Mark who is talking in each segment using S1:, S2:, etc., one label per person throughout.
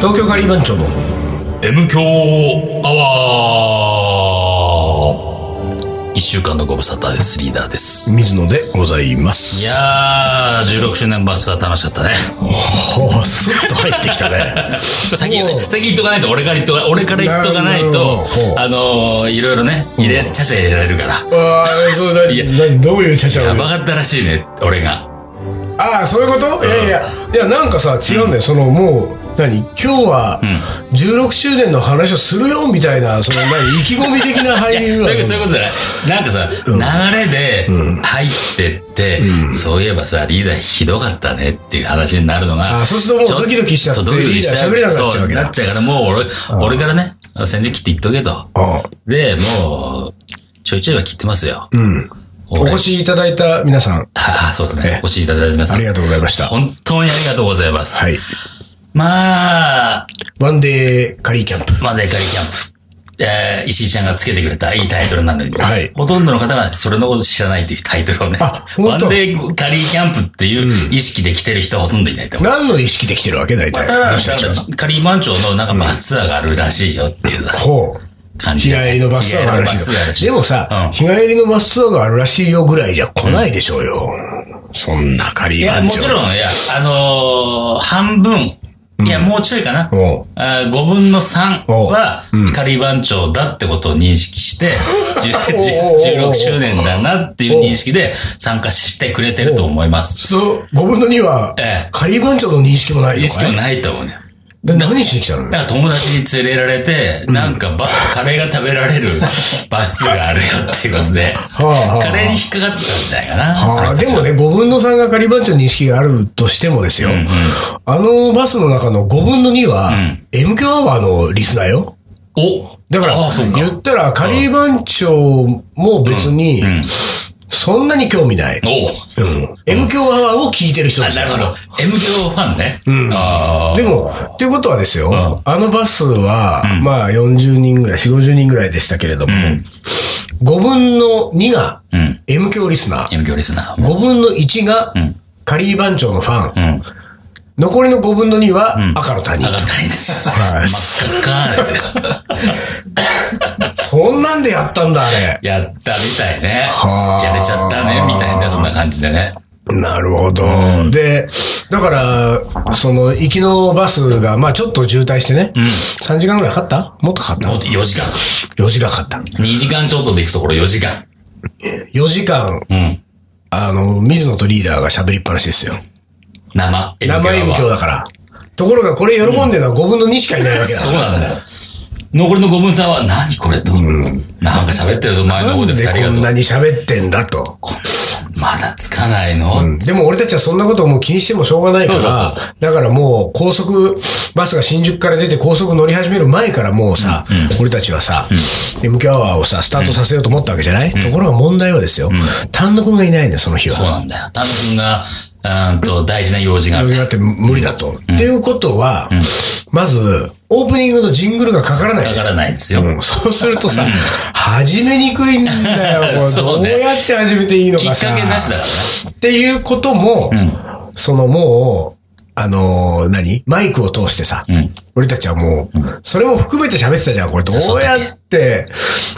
S1: 係番長の
S2: M 強アワー一週間のご無沙汰です。リーダーです。
S1: 水野でございます。
S2: いやー、16周年バスは楽し かったね。
S1: おースッと入ってきたね。
S2: 先
S1: おう、
S2: 先言っとかないと、俺から言っとか、俺から言っとかない
S1: なるほど
S2: と
S1: ほう、
S2: あのー、いろいろね、入れ、ちゃちゃ入れられるから。
S1: ああ、そうだ、などういうちゃちゃ
S2: や
S1: を
S2: ばかったらしいね、俺が。
S1: ああ、そういうこといやいや、いや、なんかさ、違うんだよ。その、もう、何今日は、16周年の話をするよ、みたいな、その、何意気込み的な
S2: いや
S1: 俳優
S2: そういうことそういうことじゃない。なんかさ、流れで入ってって、そういえばさ、リーダーひどかったねっていう話になるのが。
S1: あそうするともう
S2: ちょっ
S1: ドキドキしちゃって
S2: そうドキドキしちゃう
S1: リーダー喋れなくなっちゃうわけだ
S2: そなっちゃうから、もう俺、俺からね、先日切って言っとけと。
S1: あ
S2: で、もう、ちょいちょいは切ってますよ。
S1: うん。お
S2: 俺
S1: 越しいただいた皆さん、
S2: ああ、そうです
S1: ええ
S2: ね。お越しいただきました。
S1: ありがとうございました
S2: 本当にありがとうございます。
S1: はい。
S2: まあ、
S1: ワンデーカリーキャンプ。
S2: まあ、デカリキャンプ。えー、石井ちゃんがつけてくれたいいタイトルなのに、
S1: はい
S2: ほとんどの方がそれのこと知らないというタイトルをね、
S1: あ
S2: ワ
S1: 本
S2: ン
S1: 当
S2: デーカリーキャンプっていう意識で来てる人はほとんどいないと思う。
S1: 何の意識できてるわけ大体。
S2: ただ
S1: 私たちは
S2: だからカリーマン町のなんかバスツアーがあるらしいよっていう
S1: ほう。
S2: 感
S1: 日
S2: じ、
S1: 帰りのバスツアーがあるら
S2: 日帰りのバスツアーら
S1: し
S2: し
S1: い。
S2: い
S1: でもさ、
S2: うん
S1: 日帰りのバスツアーがあるらしいよぐらいじゃ来ないでしょうよ。そんな仮
S2: い
S1: 番
S2: や、
S1: 長
S2: もちろん、いや、あのー半分、いや、もうちょいかな。
S1: おう
S2: あー5分の3
S1: おう
S2: は
S1: うん、
S2: 仮番長だってことを認識して、 じゅ
S1: おうおうおう
S2: 16周年だなっていう認識で参加してくれてると思います。
S1: そう、5分の2は
S2: ええ、
S1: 仮番長の認識もないの
S2: 認識
S1: か
S2: はいないと思うね。
S1: で何しに来たの
S2: だから友達に連れられて、なんかば、カレーが食べられ るバスがあるよっていうことで、
S1: あはあ
S2: カレーに引っかかったんじゃないかな。その
S1: はあ
S2: 人た
S1: で
S2: ち
S1: も
S2: は
S1: ね、5分の3が仮番長の認識があるとしてもですよ、あのバスの中の5分の2は、M 響アワーのリスナーよ。
S2: お
S1: だから、
S2: ああ、そうか。
S1: 言ったら、仮番長も別に、
S2: ん
S1: そんなに興味ない。
S2: おう
S1: うん。M 響アワーを聞いてる人で
S2: あ、
S1: す
S2: な
S1: よ
S2: るほど。M 響ファンね。うん。ああ。
S1: でも、っていうことはですよ、
S2: ん
S1: あのバスは、まあ40人ぐらい、4、50人ぐらいでしたけれども、5分の2が
S2: うん。
S1: M 教リスナー、
S2: M 響リスナー。
S1: 5分の1が
S2: ん
S1: カリー番長のファン、
S2: うん。
S1: 残りの5分の2は赤の他人
S2: 上がったいです。
S1: はい
S2: 真っ赤っかですよ。
S1: そんなんでやったんだ、あれ。
S2: やったみたいね。
S1: はあ
S2: やれちゃったね、みたいな、そんな感じでね。
S1: なるほど。で、だから、その、行きのバスが、まあちょっと渋滞してね、3時間ぐらいかかったもっとかかった
S2: もっと4時間。
S1: ?4 時間かかった。
S2: 2時間ちょっとで行くところ4時間。
S1: 4時間、
S2: うん。
S1: あの、水野とリーダーが喋りっぱなしですよ。
S2: 生、M
S1: 生演
S2: 響
S1: 響
S2: は。
S1: だから。ところがこれ喜んでるのは5分の2しかいないわけだ。
S2: そうなんだよ。残りの5分さんは、何これと。なんか喋ってるぞ、前の方
S1: な
S2: で
S1: んで
S2: 2
S1: こん
S2: 人が
S1: な
S2: と。
S1: に喋ってんだと。
S2: まだつかないの
S1: でも俺たちはそんなことをもう気にしてもしょうがないか
S2: そうそう
S1: ら、だからもう高速、バスが新宿から出て高速乗り始める前からもうさ、俺たちはさ、MQ アワーをさ、スタートさせようと思ったわけじゃないところが問題はですよ、単独がいないんだよ、その日
S2: そう
S1: は。
S2: なんだよ。田野君が、うーんと、大事な用事がある。
S1: だって無理だと。っていうことは、まず、オープニングのジングルがかからない
S2: か。からないですよ。
S1: そうするとさ、始めにくいんだよ。これ
S2: そうね
S1: どうやって始めていいの
S2: き
S1: か
S2: っ
S1: さ。
S2: かけなしだからね。
S1: っていうことも、そのもう、あのー何マイクを通してさ、俺たちはもう、それも含めて喋ってたじゃん、これ。ど
S2: そう
S1: う
S2: だ
S1: や
S2: ね
S1: って、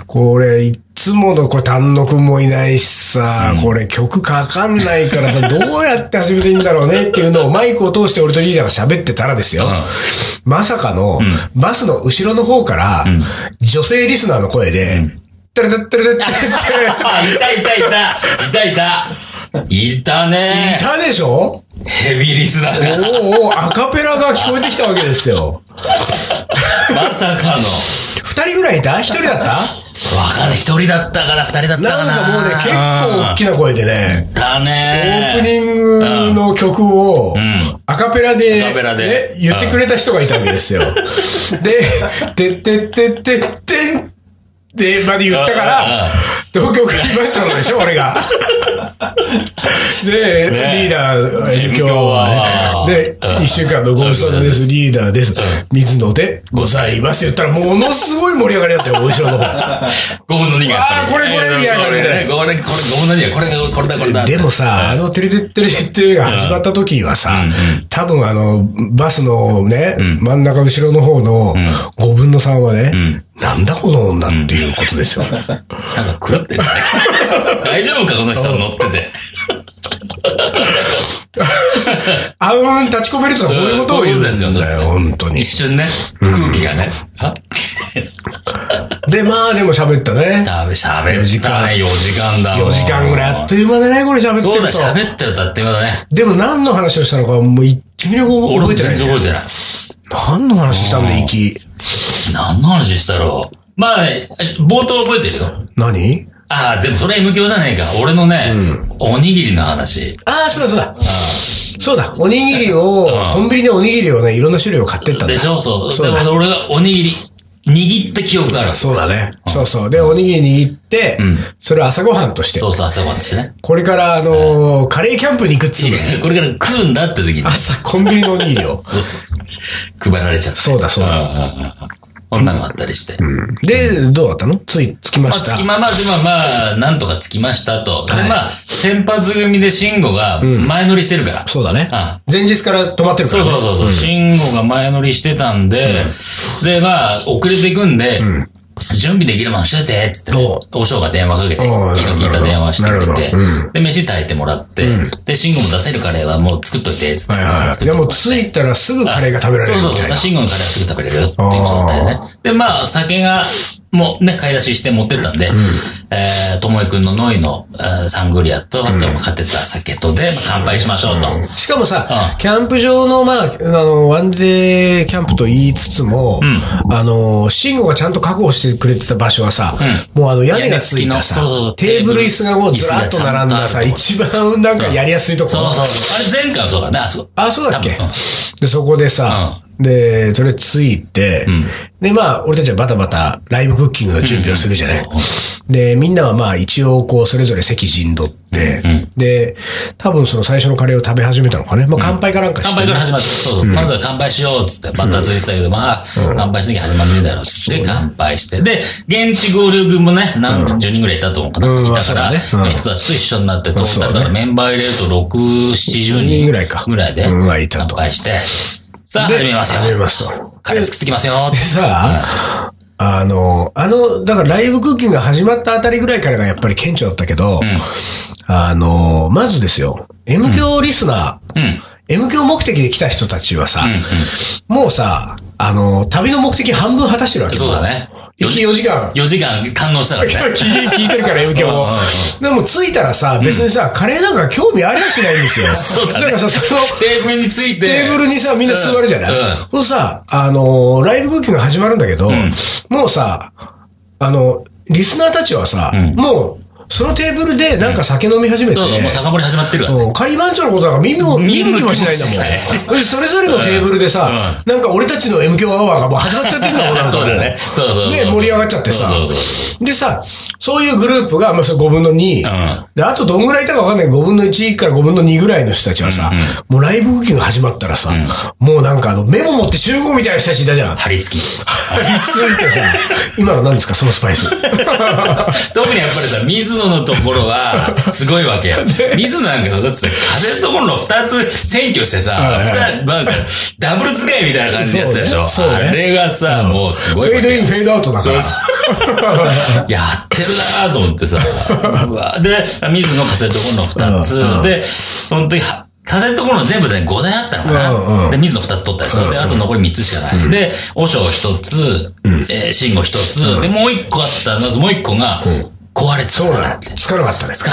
S1: これ、いつもの、これ、丹野くんもいないしさ、これ、曲かかんないからさ、どうやって始めていいんだろうねっていうのを、マイクを通して俺とリーダーが喋ってたらですよ、まさかの、バスの後ろの方から、女性リスナーの声で、タラタッタラタッタラタラ
S2: あ、いたいたいた。いたいた。いたね
S1: い。たでしょ
S2: ヘビーリスナーが。
S1: おーおーアカペラが聞こえてきたわけですよ。
S2: まさかの。
S1: 二人ぐらいいた一人だった
S2: わかんない。一人だったから、二人だったかな。
S1: なんかもうね、結構大
S2: い。
S1: きな声でね、
S2: だ
S1: オープ
S2: ね
S1: ニングの曲を
S2: ん
S1: アカペラで
S2: アカペラで
S1: ね言ってくれた人がいたわけですよ。で、てってってってってんでまで言ったか
S2: うんうん
S1: ら、東京カリバンチョロで しょ、俺が。で、
S2: ね
S1: リーダー、今日は、ね。で、一週間のご無沙汰です、リーダーです。水野でございます。言ったら、ものすごい盛り上がりだったよ、お衣装の方。
S2: 5分の2がやっぱり
S1: あーこれこれみたいな感じで
S2: えーこれ、これ、これ、5分の2が、これが、これだ、これだ。
S1: でもさ、あの、テレテッテレテッテレが始まった時はさ、多分あの、バスのね、真ん中後ろの方の5分の3はね、なんだこの女っていうことです よ。
S2: なんか狂って るね。大丈夫か、この人乗ってて。
S1: あうん、立ちこべるとはこういうことを言うん
S2: そういうこと
S1: だ
S2: です
S1: よ、
S2: よ
S1: 本当に
S2: 一。瞬ね、空気がね。あ
S1: で、まあでも喋ったね。
S2: だめ、喋
S1: 四時
S2: った
S1: 間
S2: ね、4時間だもん。
S1: 4時間ぐらいあっという間だね、これ喋って
S2: そうだ、
S1: ると。
S2: 喋ってるとあっていう間だね。
S1: でも何の話をしたのか、もう一ミリも覚
S2: 俺
S1: えてな
S2: 全
S1: い
S2: 然
S1: ね。
S2: 覚えてない。
S1: 何の話したんだ、息。
S2: 何の話したろう。まあ、冒頭覚えてるよ。
S1: 何
S2: ああ、でもそれ M 教じゃねえか。俺のね、おにぎりの話。
S1: ああ、そうだそうだ。そうだ、おにぎりを、コンビニでおにぎりをね、いろんな種類を買ってったんだ
S2: で。しょそう。
S1: そうだ
S2: で俺がおにぎり、握った記憶があるわけ。
S1: そうだね。そうそう。で、おにぎり握って、それを朝ごはんとして。
S2: そうそう、朝ごはんとしてね。
S1: これから、あのー、カレーキャンプに行くっつうの。
S2: これから食うんだって時に。
S1: 朝、コンビニのおにぎりを。
S2: そうそう。配られちゃった。
S1: そうだそうだ。
S2: だ。こんなのあったりして。
S1: で、どうだったのつい、つきま
S2: まあ、
S1: し
S2: つ
S1: た
S2: き。まあまあ、でもまあ、なんとかつきましたと。で、
S1: はい
S2: まあ、先発組で慎吾が前乗りしてるから。
S1: そうだね
S2: あ。
S1: 前日から止まってるか
S2: そ
S1: ら
S2: う
S1: ね。
S2: そうそうそう。慎吾が前乗りしてたんで、で、まあ、遅れていくんで、準備できるもんしといて、つってね、
S1: おう
S2: おしょうが電話かけて、
S1: おう
S2: 気の利いた電話してくれ
S1: なる
S2: て
S1: ほど、
S2: で、飯炊いてもらって、で、慎吾も出せるカレーはもう作っといて、つって。
S1: はいはいはい。
S2: 作
S1: い
S2: っ
S1: や
S2: といて
S1: もう着いたらすぐカレーが食べられるみ
S2: そうそ
S1: た
S2: う
S1: い
S2: そう。
S1: な。
S2: 慎吾のカレーはすぐ食べれるっていう状態ね。で、まあ、酒が、もうね、買い出しして持ってったんで、えー、ともえくんのノイの、えーサングリアと、あと買ってた酒とで、まあ、乾杯しましょうと。
S1: しかもさ
S2: う、
S1: キャンプ場の、まあ、あの、ワンデーキャンプと言いつつも、あの、慎吾がちゃんと確保してくれてた場所はさ、もうあの、屋根がついたさ
S2: 屋根付きのそうそう、
S1: テーブル椅子がもうずらっと並んださ、
S2: 椅子
S1: 一番なんかやりやすいとこ
S2: そう
S1: ろ。
S2: そうそう。あれ前回はそうだね、あそこ。
S1: あ、そうだっけ
S2: 多分うん
S1: で、そこでさ、で、それついて、で、まあ、俺たちはバタバタライブクッキングの準備をするじゃない。で、みんなはまあ、一応、こう、それぞれ席陣取って、で、多分その最初のカレーを食べ始めたのかね。まあ、乾杯かなんかして、
S2: 乾杯から始まって、そうそう。まずは乾杯しようっつって、バタついてたけど、まあ、乾杯しなきゃ始まんねえだろうっつって、乾杯して。で、現地合流軍もね、何10人ぐらいいたと思うか
S1: うん
S2: な。いたから、
S1: まあそうだねうん
S2: の人たちと一緒になって、トータル
S1: そう
S2: か
S1: だ
S2: らメンバー入れると6、70
S1: 人
S2: 人
S1: ぐらいか
S2: ぐらいで、
S1: うん
S2: 乾
S1: いたと
S2: 杯して、さあ、
S1: で
S2: 始めます
S1: 始め
S2: よ。
S1: ますと。
S2: カレー作ってきますよ。
S1: でさ、あの、あの、だからライブクッキングが始まったあたりぐらいからがやっぱり顕著だったけど、あの、まずですよ、M 教リスナー、
S2: うん
S1: M 教目的で来た人たちはさ、もうさ、あの、旅の目的半分果たしてるわけ
S2: そうだ。ね。
S1: 行き4時間。
S2: 4時間堪能したから
S1: 聞
S2: ね。
S1: い聞いてるから、M 響
S2: うん
S1: を
S2: うんうん。
S1: でも着いたらさ、別にさ、カレーなんか興味ありはしないんですよ。
S2: そうだね
S1: からさ、その、
S2: テーブルについて。
S1: テーブルにさ、みんな座るじゃない、
S2: うん
S1: そうさ、あのーライブ空気が始まるんだけど、もうさ、あの、リスナーたちはさ、もう、そのテーブルでなんか酒飲み始めて、
S2: そうそう、もう酒盛り始まってるからね。
S1: うん仮番長のことなんか見も、見
S2: 見
S1: 向き
S2: 向き
S1: も
S2: も
S1: し
S2: し
S1: な
S2: ないい
S1: んだ もん。それぞれのテーブルでさ、なんか俺たちの M 響アワーがもう始まっちゃってんだもん、なんかも
S2: そうだね。そうそうそう。
S1: ね、盛り上がっちゃってさ
S2: そうそうそう。
S1: でさ、そういうグループが、まあ、それ5分の2、
S2: うん
S1: で、あとどんぐらいいたかわかんないけど、5分の1から5分の2ぐらいの人たちはさ、もうライブ空気が始まったらさ、もうなんかあの、メモ持って集合みたいな人たちいたじ ゃん。
S2: 張り付き。
S1: ついてさ、今の何ですか、そのスパ イス。
S2: 特にやっぱりさ、水野のところは、すごいわけ よ。水野なんかさ、だってさ、風のところの二つ選挙してさ、
S1: いは
S2: 二つなんか、ダブル使いみたいな感じのやつでしょ。
S1: そうねそうね
S2: あれがさ、もうすごい
S1: フェ
S2: わ
S1: ード
S2: け
S1: イン、フェードアウトだから。
S2: そう やってるなぁと思って さ。うわで、水野風のところの二つ、で、その時、は風のところの全部で5台あったのかな、
S1: うんうん
S2: で、水野二つ取ったでしょ、で、あと残り三つしかない。で、和尚一つ、えー、慎吾一つ、で、もう一個あったの、もう一個が、壊れて た
S1: そ
S2: ん
S1: う
S2: だな
S1: だ
S2: っ
S1: ね
S2: て。。
S1: つかなかったね。
S2: つか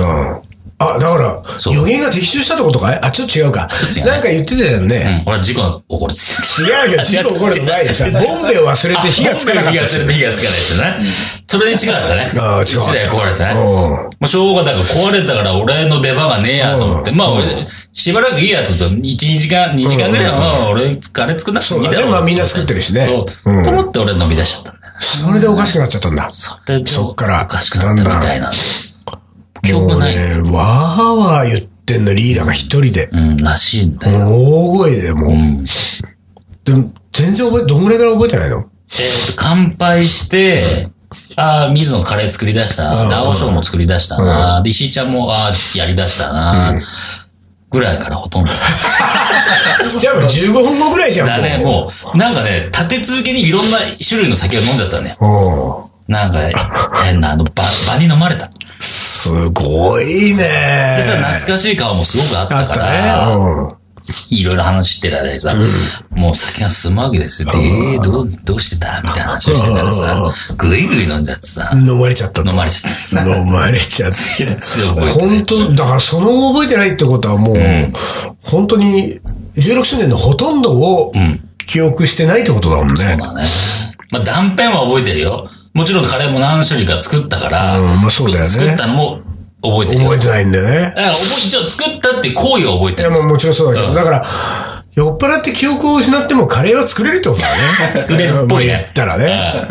S1: うん。あ、だから、
S2: そう
S1: 予言が的中したってことかいあ、ちょっと違うか。
S2: ょっと違うね
S1: なんか言ってたじゃんね。
S2: 俺は事故が起こるっつって。
S1: 違うよ、事故起こるの前にさ、ボンベを忘れて火がつかなかった
S2: 火がつかない。火がつかないってね。それで一があったね。
S1: ああ違う
S2: 一台壊れたね。
S1: うん
S2: もうしょうがだから壊れたから俺の出番がねえやと思って。まあ俺、しばらくいいやと思って、1、2時間、2時間ぐらいはまあ俺、カレー作んなくて
S1: そ
S2: も
S1: う
S2: いい
S1: だね。
S2: だろ
S1: まあみんな作ってるしね。
S2: そうと思って俺飲み出しちゃったんだよね。
S1: それでおかしくなっちゃったんだ。
S2: それで、
S1: そっから
S2: おかしくなったみたいなんで。記憶ない。
S1: もうね、わーわー言ってんの、リーダーが一人で。
S2: うん、らしいんだよ。
S1: 大声でもう。
S2: うん。
S1: でも全然覚え、どんぐらいから覚えてないの
S2: えーと、乾杯して、ああ、水野カレー作り出した
S1: うん
S2: な。ダオショーも作り出したな。で、石井ちゃんも、ああ、やり出したな。ぐらいからほとんど。
S1: じゃあもう15分後ぐらいじゃん。
S2: だね、もう、なんかね、立て続けにいろんな種類の酒を飲んじゃったね。
S1: う。うん。
S2: なんか、変な、あの、場、場に飲まれた。
S1: すごい
S2: でただ
S1: ね。
S2: 懐かしい顔もすごくあっ
S1: あ
S2: た
S1: っ
S2: から、
S1: たね。
S2: いろいろ話してる間にさ、もう酒が進むわけですよ。で、どう、どうしてたみたいな話をしてたらさ、ぐいぐい飲んじゃってさ
S1: う、ん。飲まれちゃったと
S2: 飲。まれちゃった。
S1: 飲まれちゃった。
S2: 強く覚えてない
S1: 本当だからその後覚えてないってことはもう、本当に16周年のほとんどを
S2: ん
S1: 記憶してないってことだもん
S2: そう
S1: ね。
S2: だね。まあ、断片は覚えてるよ。もちろんカレーも何種類か作ったから、
S1: うんまあそうだよね
S2: 作作ったのも覚えてるよ。
S1: 覚えてないんだよね。
S2: だから覚え一応作ったって行為を覚え
S1: い
S2: て
S1: や、
S2: る。
S1: まあもちろんそうだけど、だから、酔っ払って記憶を失ってもカレーは作れるってことだね。
S2: 作れるっぽいね
S1: まあ言ったらね。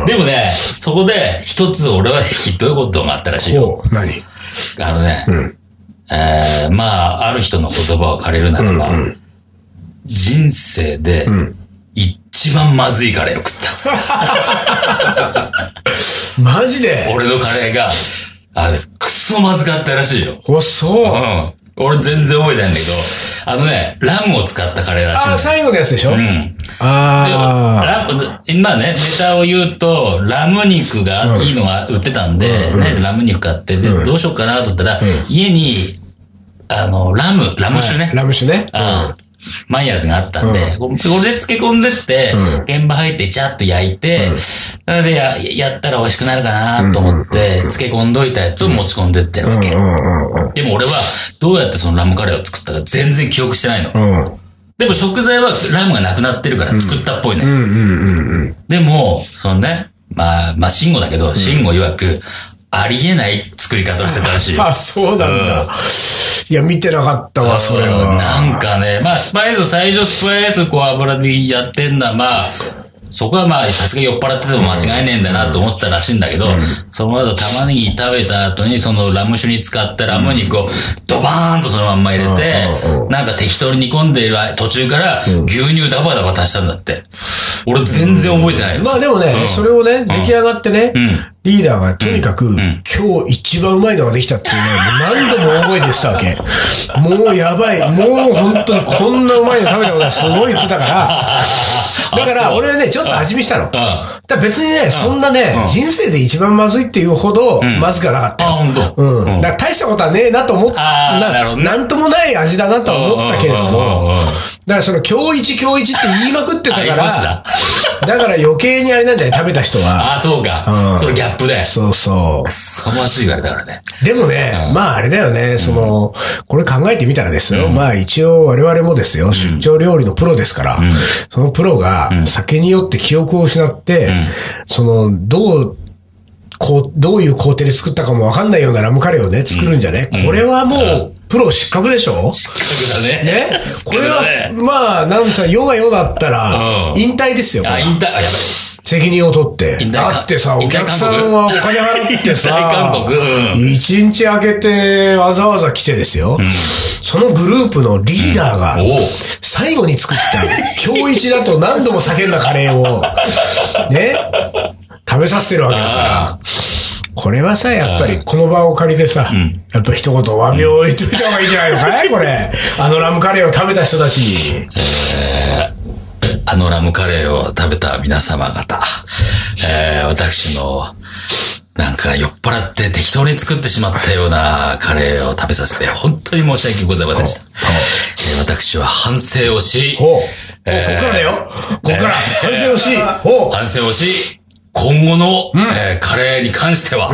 S1: うん。
S2: でもね、そこで一つ俺はひどいことがあったらしいよ。
S1: おう何
S2: あのね、えーまあ、ある人の言葉を借りるならば、人生で一番まずいカレーを食ったっつって。
S1: マジ で
S2: 俺のカレーが、あの、くそまずかったらしいよ。
S1: お、そう。
S2: うん。俺全然覚えてないんだけど、あのね、ラムを使ったカレーらしいん
S1: あ
S2: だ
S1: あ、
S2: よ
S1: 最後のやつでしょ
S2: うん。で
S1: ああ。
S2: ラム、まあね、ネタを言うと、ラム肉がいいのが売ってたんで、ね、ラム肉買って、で、どうしようかなと思ったら、家に、あの、ラム、ラム酒ね。
S1: ラム酒ね。
S2: うん。マイヤーズがあったんで、ここれで漬け込んでって、現場入ってジャッと焼いて、なのでや、やったら美味しくなるかなと思って、漬け込んどいたやつを持ち込んでってるわけ。
S1: うんうん
S2: でも俺は、どうやってそのラムカレーを作ったか全然記憶してないの。
S1: うん。うん。
S2: でも食材はラムがなくなってるから作ったっぽいね。
S1: うんうんうんうん。
S2: でも、そのね、まあ、まあ、慎吾だけど、慎吾曰く、ありえない作り方をしてたらしい。
S1: あ、そうなんだ。いや、見てなかったわ、それ
S2: うん
S1: は。
S2: なんかね、まあ、スパイス、最初スパイス、こう油でやってんだ、まあ、そこはまあ、さすがに酔っ払ってても間違いねえんだなと思ったらしいんだけど、その後玉ねぎ食べた後に、そのラム酒に使ったラム肉をドバーンとそのまんま入れて
S1: うんうんう、
S2: なんか適当に煮込んでいる途中から牛乳ダバダバ足したんだって。俺全然覚えてないよ
S1: まあでもね、
S2: うん
S1: それをね、出来上がってね、
S2: ん
S1: リーダーがとにかく、今日一番うまいのができたっていうのを何度も覚えてしたわけ。 もうやばい。もう本当にこんなうまいの食べたことはすごい言ってたから。だか
S2: あ
S1: ら
S2: そう
S1: 俺はね、ちょっと味見したの。だか
S2: あ
S1: ら別にね、そんなね、人生で一番まずいっていうほど、まずくはなかった
S2: あ、
S1: よ。
S2: ほんと。
S1: うん。だから大したことはねえなと思った。
S2: あーなるほどね
S1: なんともない味だなとは思ったけれども。
S2: うんうんうんうん
S1: だからその、今日一今日一って言いまくってたか
S2: あ言います
S1: らだ
S2: な、
S1: から余計にあれなんじゃない食べた人は。
S2: あ、そう
S1: う
S2: か。
S1: ん
S2: そのギャップで。
S1: そうそ
S2: そまずいわれたからね。
S1: う。でもね、まああれだよね、その、これ考えてみたらですよ、まあ一応我々もですよ、出張料理のプロですから、そのプロが酒によって記憶を失って、その、どう、こう、どういう工程で作ったかもわかんないようなラムカレーをね、作るんじゃね、これはもう、プロ失格でしょ
S2: 失格だね。
S1: ね
S2: 失
S1: こ
S2: 格
S1: れ
S2: だ
S1: は
S2: ね、
S1: まあ、なんと、世が世だったら、
S2: うん
S1: 引退ですよ。これ
S2: あ、引退、あ、や
S1: 責任を取って
S2: 引。退か
S1: だってさ、
S2: 引
S1: お
S2: 退
S1: 客
S2: 韓国
S1: さんはお金払ってさ
S2: 引退韓国、う
S1: 一、日空けてわざわざ来てですよ、そのグループのリーダーが、
S2: ばい。おう。
S1: 最後に作った、今日一だと何度も叫んだカレーを、ね、食べさせてるわけだから
S2: あ。
S1: これはさ、やっぱりこの場を借りてさ、やっぱ一言お詫びを言っといた方がいいんじゃないのかね、これ。あのラムカレーを食べた人たちに。
S2: あのラムカレーを食べた皆様方。えー、私の、なんか酔っ払って適当に作ってしまったようなカレーを食べさせて、本当に申し訳ございませんでした。えー私は反省をし、
S1: ほう。おこっからだよ。こっから。反省をし。ほう。
S2: 反省をし、今後の、えーカレーに関しては、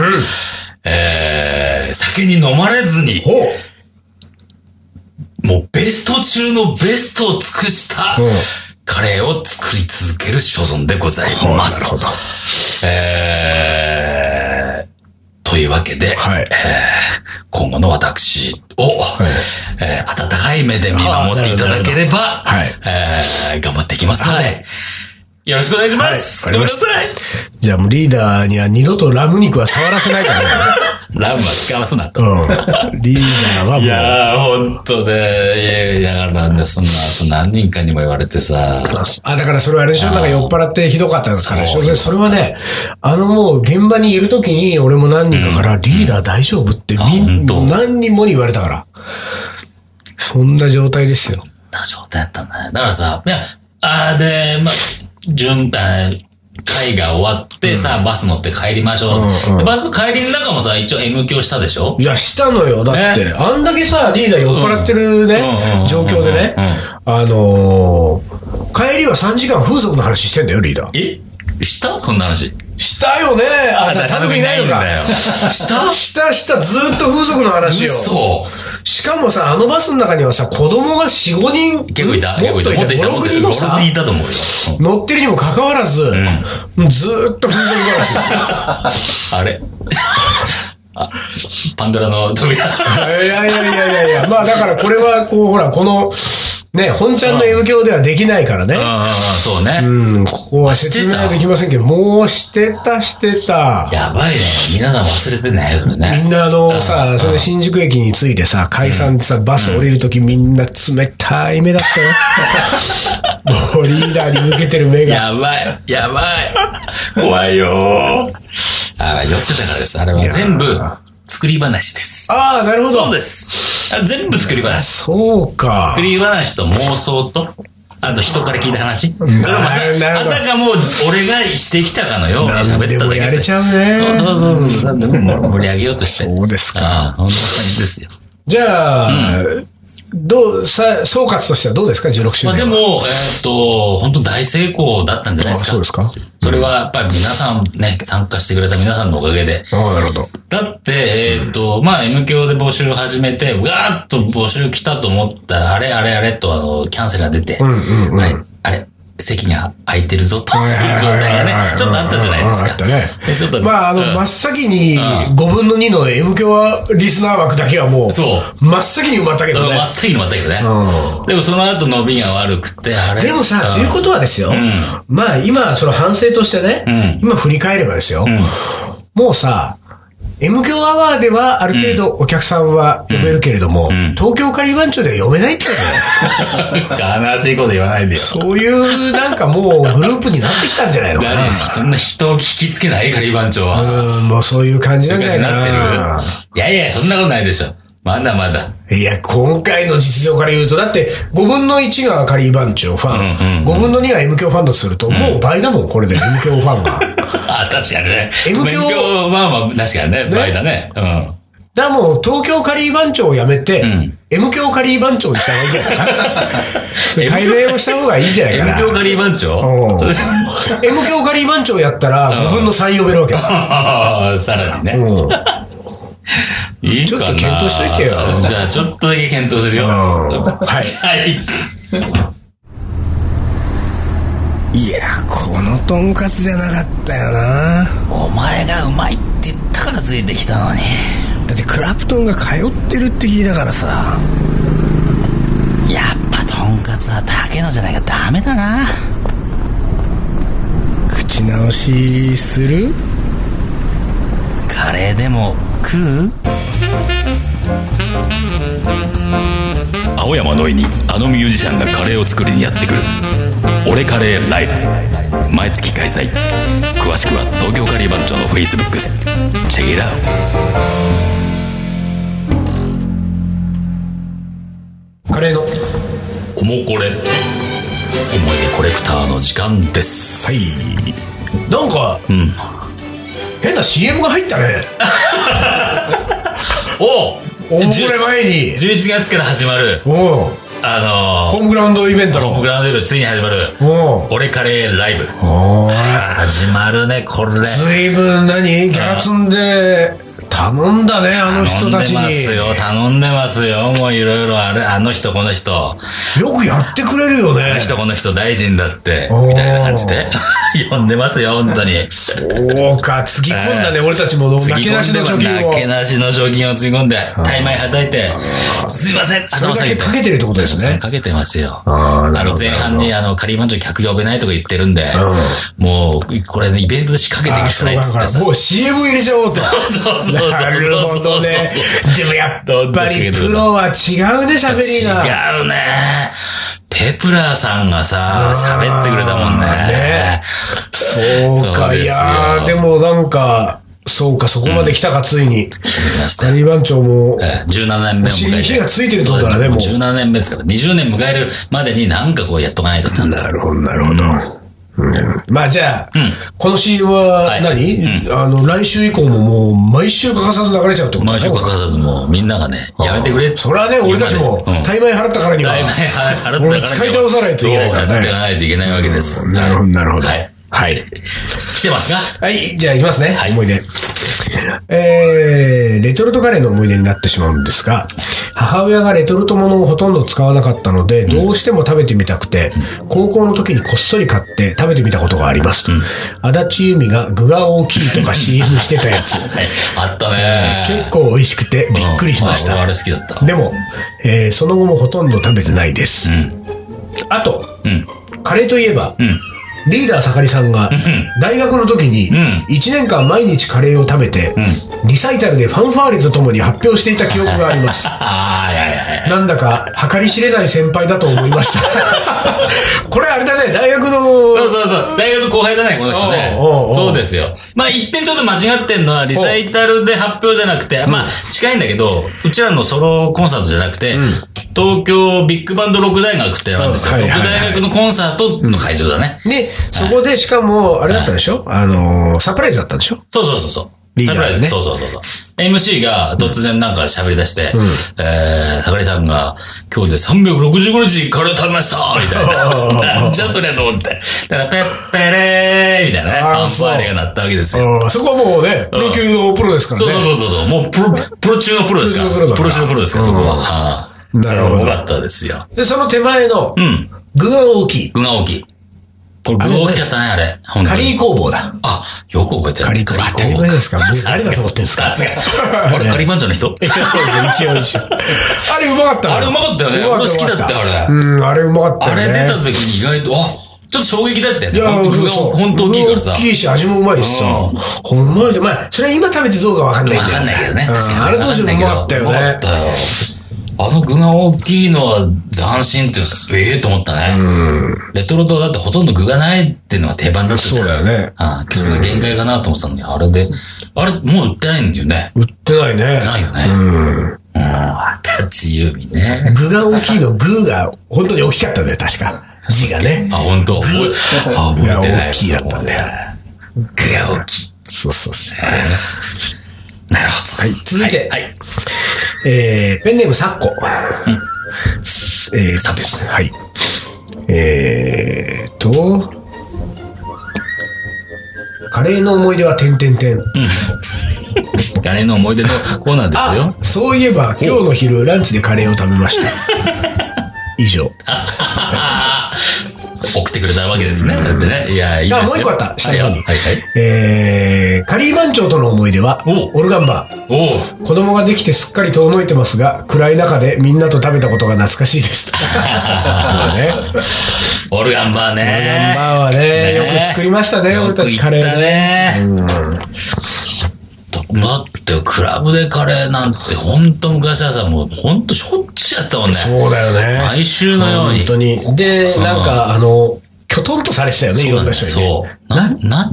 S2: えー酒に飲まれずに、
S1: ほう。
S2: もうベスト中のベストを尽くした
S1: うん
S2: カレーを作り続ける所存でございます。
S1: ど。
S2: えー、というわけで、
S1: はい。
S2: 今後の私を、えー温かい目で見守っていただければ、
S1: はい
S2: えー頑張っていきますので、
S1: はい
S2: よろしくお願いします。
S1: はい
S2: ご
S1: わ
S2: めん
S1: か
S2: な
S1: りました
S2: さい。
S1: じゃあもうリーダーには二度とラム肉は触らせないからね。
S2: ラムは使わすなと。
S1: うん。リーダーはいも
S2: やー、ほんとね。いや、だからね、そんな後何人かにも言われてさ。
S1: う、あ、だからそれはあれでしょなんか酔っ払ってひどかったんですからでしょ
S2: そう
S1: でそれはね、あのもう現場にいるときに俺も何人かからリーダー大丈夫ってみ
S2: あ本
S1: ん
S2: 当
S1: 何人もに言われたから。そんな状態ですよ。
S2: な状態だったんだね。だからさ、いや、あーで、まあ、順、あー会が終わって、さあ、バス乗って帰りましょう。
S1: うんうん
S2: でバスの帰りの中もさ、一応 M 響したでしょ
S1: いや、したのよ。だって、あんだけさ、リーダー酔っ払ってる
S2: うんう
S1: ね
S2: ん、
S1: 状況でね
S2: うん、
S1: あのー、帰りは3時間風俗の話してんだよ、リーダー。
S2: えしたこんな話。
S1: したよねあ、た単独いないの
S2: んだよ
S1: か。
S2: した
S1: したした、ずーっと風俗の話よ。
S2: 嘘
S1: しかもさ、あのバスの中にはさ、子供が4、5人。
S2: 結構いた。結
S1: も
S2: 構
S1: っ
S2: いた。
S1: といた。5、
S2: もっといた。も
S1: 6
S2: っとい
S1: 人
S2: た。
S1: のさ
S2: 6人、いたと思うよ。うん
S1: 乗ってるにもかかわらず、ずーっと風俗話ですよ。
S2: あれ あ、パンドラの扉。
S1: いやいやいやいやいや、まあだからこれは、こう、ほら、この、ね、本ちゃんの M 響ではできないからね。
S2: うん、 そうね。
S1: うん、ここは説明はできませんけど、もうしてた、してた。
S2: やばいね。皆さん忘れてないよね。
S1: みんなあのさ、それで新宿駅に着いてさ、解散でさ、バス降りるときみんな冷たい目だっ たよ。もうリーダーに向けてる目が。
S2: やばい、やばい。怖いよあ寄ってたからです。あれは全部作り話です。
S1: ああ、なるほど。
S2: そうです。あ全部作り話。
S1: そうか
S2: 作。り話と妄想と、あと人から聞いた話。それをまた、
S1: なるほ
S2: あ
S1: ど
S2: たかも俺がしてきたかのように喋っただけ
S1: なんでもやれちゃうね
S2: そうそうそうそう。なんでも盛り上げようとして。
S1: そうですか
S2: ああ、本当にですよ。
S1: じゃあ、どう、さ、総括としてはどうですか ?16 周
S2: まあで
S1: 年。
S2: も、えっと、本当大成功だったんじゃない
S1: あ
S2: ですか。
S1: そうですか
S2: それはやっぱり皆さんね、参加してくれた皆さんのおかげで。
S1: ああ、なるほど。
S2: だって、えっと、まあ、M 教で募集を始めて、うわーっと募集来たと思ったら、あれあれあれと、あの、キャンセルが出て、
S1: んうんうん
S2: あれ、あれ、席が空いてるぞと
S1: はいはいいう
S2: 状
S1: はいはい
S2: 態がね、ちょっとあったじゃないですか。
S1: うんうんうんあったね
S2: でちょっと、
S1: まあ、あの、
S2: うん
S1: 真っ先に5分の2の M 響はリスナー枠だけはもう、
S2: そう
S1: 真っ先に埋まったけど
S2: うん
S1: ね
S2: 真っ。先に終わったけどね。
S1: う
S2: でも、その後伸びが悪くて、あれ
S1: でもさ、
S2: ん
S1: ということはですよ、
S2: ん
S1: まあ今、その反省としてね、
S2: う
S1: 今振り返ればですよ、
S2: ん
S1: もうさ、M 響アワーではある程度お客さんは呼べるけれども、
S2: ん
S1: 東京カリバン町では呼べないってことだよ。
S2: 悲しいこと言わないでよ。
S1: そういうなんかもうグループになってきたんじゃないのかな
S2: 何。そんな人を引きつけないカリバン長は。
S1: うん、もうそういう感じ
S2: そ
S1: な
S2: うんい
S1: じ
S2: う
S1: ゃ
S2: 感
S1: な
S2: じ
S1: い
S2: に
S1: か
S2: なって
S1: な。
S2: る。いやいや、そんなことないでしょ。まだまだ。
S1: いや、今回の実情から言うと、だって、5分の1がカリーバンチョフ
S2: うんう
S1: ァ
S2: んう
S1: ン、
S2: ん
S1: 5分の2が M 響ファンとすると、もう倍だもん、これで M 響ファン が。
S2: あ、確かにね。
S1: M 響
S2: 勉強はまあ確かにね、倍だね。うん。
S1: だからもう、東京カリー番長をやめて、
S2: ん
S1: M 響カリー番長にした方がいいんじゃ ないかな。改名をした方がいいんじゃないか
S2: M
S1: な。
S2: 教カリー番長
S1: M 響カリー番長やったら、5分の3呼べるわけだ。
S2: さらにね。
S1: うん
S2: いいかな
S1: ちょっと検討しといてよ
S2: じゃあ、ちょっとだけ検討するよ。
S1: うんはい
S2: はい。
S1: いや、このとんかつじゃなかったよな。
S2: お前がうまいって言ったからついてきたのに。
S1: だって、クラプトンが通ってるって聞いたからさ。
S2: やっぱとんかつは竹野じゃないかダメだな。
S1: 口直しする
S2: カレーでも食う
S3: 青山のいにあのミュージシャンがカレーを作りにやってくる「俺カレーライブ」毎月開催詳しくは東京カリー番長のフェイスブックでチェックイットアウト
S1: カレーの。
S2: おもこれ思い出コレクターの時間です
S3: はい
S1: なんか、変な CM が入ったね。
S2: お
S1: おもこれ前に。
S2: 11月から始まる
S1: おう
S2: あ
S1: ホー
S2: の
S1: ムグラウンドイベント
S2: ー、
S1: の
S2: グ。ラウンドでついに始まる
S1: おう
S2: 俺カレーライブ
S1: おい。
S2: 始まるねこれ
S1: ずいぶん何ギャラ積んで、頼んだね、あの人たち
S2: 頼んでます
S1: に。
S2: よ頼んでますよもういろいろあれあの人この人
S1: よくやってくれるよ
S2: あの
S1: ね。
S2: 人この人大臣だって
S1: おー
S2: みたいな感じで 呼んでますよ、本当に。
S1: そうか、つぎ込んだね、俺たちも、なけなしの貯金を
S2: な。けなしの貯金をつぎ込んで、大枚はたいて、すいません、
S1: それだ
S2: 頭下
S1: け
S2: げて。
S1: かけてるってことです
S2: それ
S1: ね。
S2: かけてますよ。
S1: あーな
S2: あ
S1: るほ
S2: の、
S1: ど
S2: 前半に、あの、仮番長客呼べないとか言ってるんで、もう、これね、イベントで仕掛け
S1: ああ、
S2: てきて
S1: そ
S2: な
S1: う
S2: いっ
S1: だ
S2: つっ
S1: か
S2: て
S1: ら、
S2: さ。
S1: もう CM 入れちゃおうと。
S2: そうそうそうそう。
S1: なるほどね
S2: そうそう。
S1: でもやっぱりプロは違うね、喋りが。
S2: 違うね。ペプラーさんがさ、喋ってくれたもんね。
S1: あーねそう
S2: そう
S1: か、
S2: ですよ
S1: いやー、でもなんか、そうか、そこまで来たか、ついに。
S2: 聞きました。
S1: 谷番長も、
S2: えー17年目を迎えて。
S1: 火がついてるってことだねもう
S2: 17年目ですから、20年迎えるまでになんかこうやっとかないとちゃんと。
S1: なるほど、なるほど。うんまあじゃあ、この CM は
S2: はい
S1: 何、あの、来週以降ももう毎週欠かさず流れちゃうってこと
S2: 毎週欠かさずもうみんながね、やめてくれって
S1: それはね、俺たちも
S2: うん、
S1: 大枚払ったからには
S2: だいぶ。払って
S1: 俺使い倒さないといけないからね
S2: そうやっていかないといけないわけです。
S1: なるほど、なるほど。
S2: はい。
S1: はい。
S2: 来てますか
S1: はい、じゃあ行きますね。
S2: はい
S1: 思い出。えーレトルトカレーの思い出になってしまうんですが、母親がレトルトものをほとんど使わなかったので、どうしても食べてみたくて、高校の時にこっそり買って食べてみたことがあります。足立由美が具が大きいとか CM してたやつ。
S2: はい。あったね。
S1: 結構美味しくてびっくりしまし
S2: うん
S1: た。
S2: 俺あれ好きだった。
S1: でも、えーその後もほとんど食べてないです。
S2: ん
S1: あと、
S2: うん。
S1: カレーといえば、
S2: うん。
S1: リーダーさかりさんが大学の時に
S2: ん
S1: 1年間毎日カレーを食べてリサイタルでファンファーレとともに発表していた記憶があります
S2: ああ、いやいやいや。
S1: なんだか計り知れない先輩だと思いました これあれだね大学の
S2: そうそうそう。大学後輩だね、この人ね
S1: おうおうおう。
S2: そうですよ。まあ一点ちょっと間違ってんのは、リサイタルで発表じゃなくて、まあ近いんだけど、うちらのソロコンサートじゃなくて、東京ビッグバンド6大学ってのがあるんですよ。
S1: うん
S2: 6
S1: はいはいはい
S2: 大学のコンサートの会場だね。
S1: でそこでしかもあれだったでしょあのーサプライズだったんでしょ
S2: そうそうそうそう。
S1: リーダーでね
S2: そうそうそうそう。MC が突然なんか喋り出して、えー、桜井さんが、今日で365日カレー食べましたみた いな。なんじゃそりゃと思って。だから、ペッペレーみたいなね、
S1: あー
S2: パンファーレが鳴ったわけですよ。
S1: あーそこはもうねプロ級のプロですから
S2: そう
S1: ね
S2: そうそうそう。もうプロ、プロ中のプロですから。
S1: プロ中
S2: プロ
S1: のプロだから
S2: 中のプロですから、そこは。はあ
S1: なるほど
S2: よかったですよ。
S1: でその手前の
S2: うん。
S1: 具が大きい
S2: 具が大きい。これ具大きかったね、あれ。本当
S1: カリ
S2: に
S1: ー。工房だ
S2: あ、よく覚えてる。
S1: カリー工
S2: カ
S1: 当たり
S2: リー工
S1: 前ですから僕
S2: さ
S1: 誰
S2: す
S1: だ
S2: が
S1: と思ってんですか
S2: さすが。あれ、カリー番長 の人
S1: 一応一緒。あれうまかったの
S2: あれうまかったよね
S1: うま
S2: 俺好きだったよあれ
S1: うん、あれうまかった
S2: あ
S1: よね。
S2: れ出た時に意外と、あ、ちょっと衝撃だったよ
S1: い
S2: ね。
S1: や
S2: ほんと具が
S1: そう
S2: 本当大きいからさ
S1: 大。きいし、味もうまいしさ。うまいで、まあ、それは今食べてどうかわかんないん
S2: わ
S1: だよ
S2: かんないけどね。
S1: うん
S2: 確かに。
S1: あれ当時うまかったよ
S2: うまか
S1: ね
S2: っ。たよ。あの具が大きいのは斬新っていう、ええと思ったね。レトルトだってほとんど具がないっていうのは定番だったじゃん。
S1: よね。
S2: ああ、それが限界かなと思ってたのに、あれで、あれ、もう売ってないんだよね。
S1: 売ってないね。
S2: ないよね。うん。あたちゆみね。
S1: 具が大きいの、具が本当に大きかったね、確か。字がね
S2: あ、。本当。覚えあ、覚えてない。
S1: 大きいだったんだよ
S2: そうね。具が大きい。
S1: そうそうそう。
S2: なるほど。はい
S1: 続いて
S2: はい。はい
S1: えーペンネームサッコ。えー、サですね。はい。えーと、カレーの思い出は点々点。
S2: ガレの思い出のコーナーですよ。
S1: そういえば、今日の昼、ランチでカレーを食べま した。以上。
S2: 送ってくれたわけですね。だってね。いや、いいですよ。
S1: あもう一個あった下の方に
S2: はいはい。
S1: えー、カリー番長との思い出は、
S2: お
S1: オルガンバー。
S2: おう
S1: 子供ができてすっかり遠のいてますが、暗い中でみんなと食べたことが懐かしい です。まあね、
S2: オルガン
S1: オルガ
S2: バー
S1: ン
S2: ね。
S1: バーはね、
S2: ね
S1: よく作りましたね、
S2: よ
S1: 俺
S2: く
S1: たち
S2: 行
S1: カ
S2: っ
S1: レー。
S2: たね。だって、クラブでカレーなんて、ほんと昔はさ、もうほんとしょっちゅうやったもんね。
S1: そうだよね。
S2: 毎週のように。
S1: 本当に。で、
S2: ん
S1: なんか、あの、きょとんとされてたよね、い
S2: そう
S1: ろ
S2: な
S1: な
S2: んんだ
S1: 人にね。
S2: そう。な、何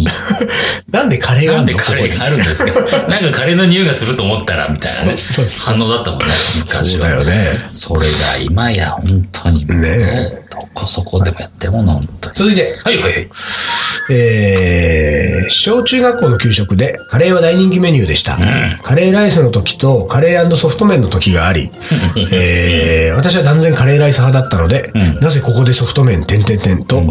S1: なんでカレーが
S2: な
S1: あ
S2: ん
S1: る
S2: で
S1: の
S2: カレーがあるんですかなんかカレーの匂いがすると思ったら、みたいなね
S1: そうそう。そ
S2: 反応だったもんね、昔
S1: そう
S2: は。
S1: だよね。
S2: それが今や、本当に。
S1: ね
S2: どこそこでもやってるもの、本当に。
S1: 続いて、
S2: はいはいはい。
S1: えー、小中学校の給食でカレーは大人気メニューでした。カレーライスの時とカレーソフト麺の時があり、えー、私は断然カレーライス派だったので、なぜここでソフト麺、点々点と、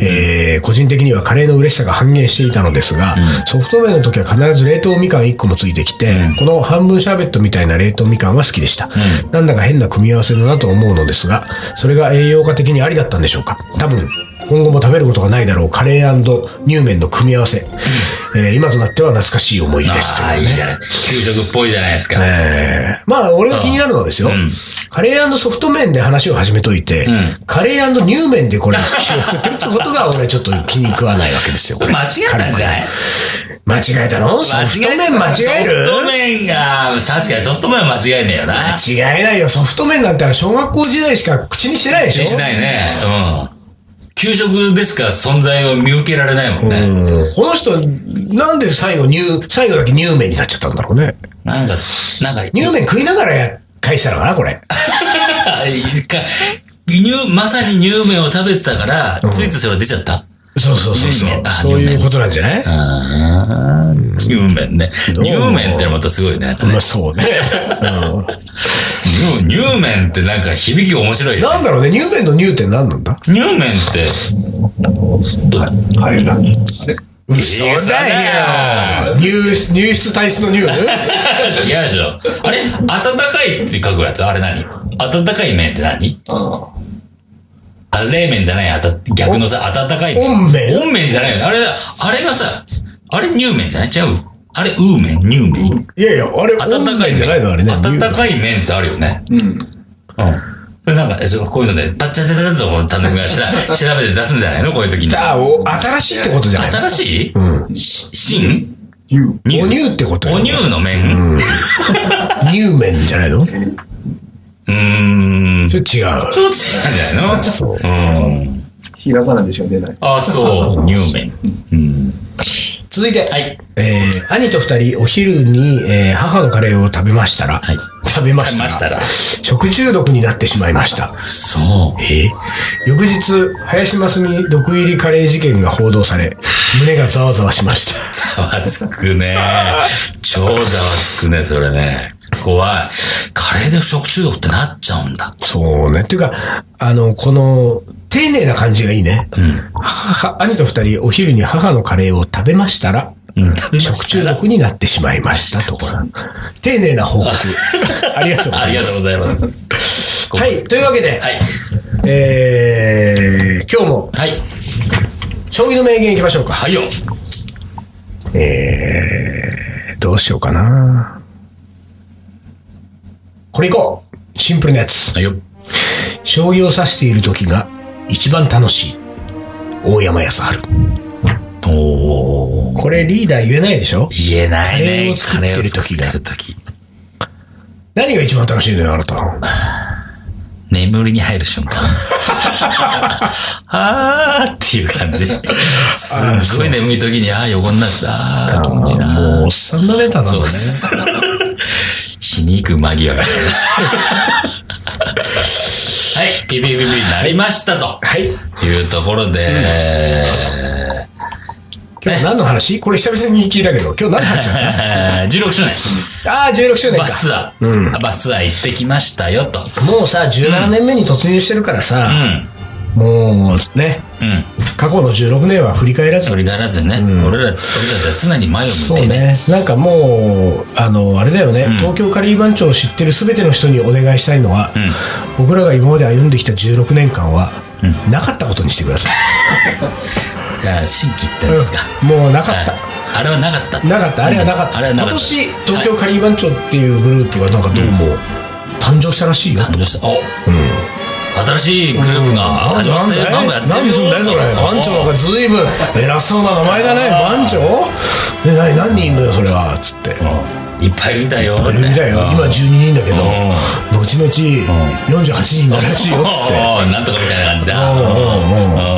S1: えー、個人的にはカレーの嬉しさが半減していたのですが、ソフト麺の時は必ず冷凍みかん1個もついてきて、この半分シャーベットみたいな冷凍みかんは好きでした。なんだか変な組み合わせだなと思うのですが、それが栄養価的にありだったんでしょうか。多分、今後も食べることがないだろうカレー乳麺の組み合わせ、えー今となっては懐かしい思い出ですと
S2: ああ、
S1: い
S2: いうい
S1: ね
S2: じゃない。給食っぽいじゃないですか。
S1: えーまあ、俺が気になるのはですよ、
S2: うん
S1: カレーソフト麺で話を始めといて、
S2: ん
S1: カレー乳麺でこれ、飯を食ってるってことが、俺ちょっと気に食わないわけですよ、これ。
S2: 間違えたんじゃない
S1: 間違えたのソ
S2: 間
S1: フ
S2: 違
S1: ト
S2: え
S1: 麺間違える
S2: ソフト麺が、確かにソフト麺は間違えねえよな。
S1: 間違えないよ。ソフト麺なんてあの小学校時代しか口にしてないでしょ
S2: しないね。うん。給食でしか存在を見受けられないもんね。
S1: うんこの人、なんで最後乳、最後だけ乳麺になっちゃったんだろうね。
S2: なんか、なんか、
S1: 乳麺食いながらや、返したのかな、これ。
S2: 一回乳まさに乳麺を食べてたから、ついついそれが出ちゃった。
S1: そうそうそうそ
S2: 乳麺
S1: う。
S2: あ
S1: そういうことなんじゃない
S2: あー乳麺ね。乳
S1: どうも
S2: 麺ってのまたすごいね。
S1: まあそうね。うん
S2: 乳乳麺ってなんか響き面白いよ。
S1: なんだろうね、乳麺の乳って何なんだ
S2: 乳麺って、ど
S1: 入るな。嘘
S2: 嘘だ
S1: だよ入入室体質の乳
S2: 違うでしょ。あれ温かいって書くやつあれ何温かい麺って何あ、冷麺じゃない、あた、逆のさ、温かい
S1: 温麺
S2: 温麺じゃないよね。あれだ、あれがさ、あれ乳麺じゃないちゃうあれ、う麺、乳麺。
S1: いやいや、あれ、温
S2: 温
S1: か
S2: かい
S1: いん
S2: 麺。
S1: じゃないのあれね。
S2: 温
S1: い。
S2: かい麺ってあるよね。うん。うん。それなんか、えそうこういうので、バッチャチャチャチャと単独がしら調べて出すんじゃないのこういう時に。
S1: あお新しいってことじゃないの
S2: 新しいうん。し新
S1: お乳ってことよ
S2: お乳の麺う
S1: 乳麺じゃないの
S2: ーん。
S1: それ違う。
S2: ちょっと違うんじゃないの
S1: そう
S2: うん。
S4: ひらがなでしか出ない。
S2: あ、そう。乳麺。うん。
S1: 続いて、
S2: はい。
S1: えー兄と二人お昼に、えー母のカレーを食べましたら、
S2: はい
S1: 食べましたら
S2: 食べましたら
S1: 食中毒になってしまいました
S2: そう。
S1: え翌日林真澄毒入りカレー事件が報道され胸がざわざわしました
S2: ざわつくね。超ざわつくね、それね。怖い。カレーで食中毒ってなっちゃうんだ。
S1: そうねっていうかあのこの丁寧な感じがいいね、母兄と二人お昼に母のカレーを食べましたら
S2: うん。
S1: 食中毒になってしまいましたと丁寧な 報告ありがとうご
S2: あ
S1: ざ
S2: り
S1: い
S2: が
S1: ま
S2: とう
S1: す
S2: ございます。
S1: はいというわけで、
S2: はい。
S1: えー、今日も
S2: はい。
S1: 将棋の名言いきましょうか。
S2: はいよ。
S1: えー、どうしようかな。これいこう。シンプルなやつ。
S2: はいよ。
S1: 将棋を指している時が一番楽しい。大山康晴。
S2: おー。
S1: これリーダー言えないでしょ
S2: 言えない
S1: カレー
S2: ね
S1: を。作ってる時が
S2: カレーを作ってる時
S1: 何が一番楽しいのよ、あなた。
S2: 眠りに入る瞬 間。あーっていう感じ。すっごい眠い時に、あー横になった。あー気持ちいいな。
S1: もうおっさんだね、ただ
S2: そう
S1: の
S2: で
S1: ね。
S2: す。死に行く間際が。はい、ピピピピになりましたと。
S1: はい。
S2: いうところで、
S1: 今日何の話これ久々に聞いたけど、今日何の話だっ
S2: えー16周年、
S1: た あー、16周年
S2: バ
S1: か。
S2: スア、バスア行ってきましたよと。
S1: もうさ、17年目に突入してるから
S2: うん、
S1: さ、もうね、
S2: うん。
S1: 過去の16年は振り返らず
S2: 取り返らずね、俺ら、俺たちは常に前を向い
S1: そう
S2: てね。
S1: ね。なんかもう、あの、あれだよね、東京カリー番長を知ってる全ての人にお願いしたいのは、僕らが今まで歩んできた16年間は、なかったことにしてください。
S2: じゃあ、新規ってんですか。
S1: もうなかっ
S2: はい
S1: た。
S2: あれはなかったと。
S1: なかった。あれはなかっ
S2: うんあ
S1: た。
S2: れはな
S1: 今
S2: かった
S1: 年、東京カリー番長っていうグループがなんかどうも、誕生したらしいよ。
S2: 誕生した。お、新しいグループが
S1: なん
S2: 始
S1: だ
S2: ま
S1: な
S2: っ
S1: ん
S2: たよ。
S1: だ
S2: なんかや
S1: い
S2: ってる
S1: 何
S2: よ
S1: すんだよそれ番長がずいぶん偉そうな名前だね番長で何何人いんのよそれはつって
S2: いっぱい見たよ。
S1: 俺みたいよ今12人だけど
S2: うん
S1: 後々48人になるらしいよっつって
S2: おーなんとかみたいな感じだ。
S1: うんうんうん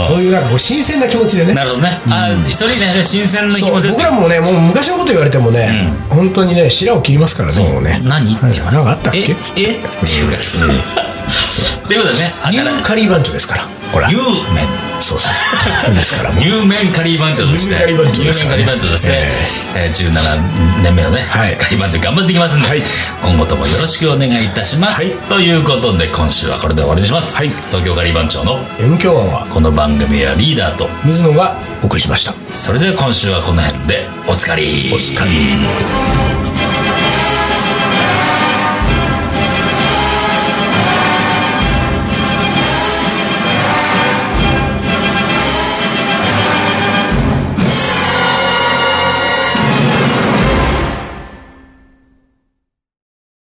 S2: うん
S1: そういうなんかこう新鮮な気持ちでね
S2: なるほどね。あ、それいいね。新鮮な気
S1: そう
S2: 持ち
S1: 僕らもねもう昔のこと言われてもね本当にね白を切りますからねもうね
S2: 何っていう
S1: なんかあったっけ
S2: え、えっていうから。っていうことでね、
S1: ニュ
S2: 新し
S1: ー
S2: い
S1: カリー番長ですからほら
S2: 有名。
S1: そうそうですからもう
S2: 有名カリー番長として、
S1: 有名カリー番長ですからね
S2: 有名カリー番長として、えー17年目のね、
S1: はい
S2: カリー番長頑張っていきますんで、
S1: はい
S2: 今後ともよろしくお願いいたします。
S1: はい
S2: ということで、今週はこれで終わりにします。
S1: はい
S2: 東京カリー番長の
S1: M 響アは
S2: この番組はリーダーと、
S1: 水野がお送りしました
S2: それでは今週はこの辺で、おつかり。
S1: おつかり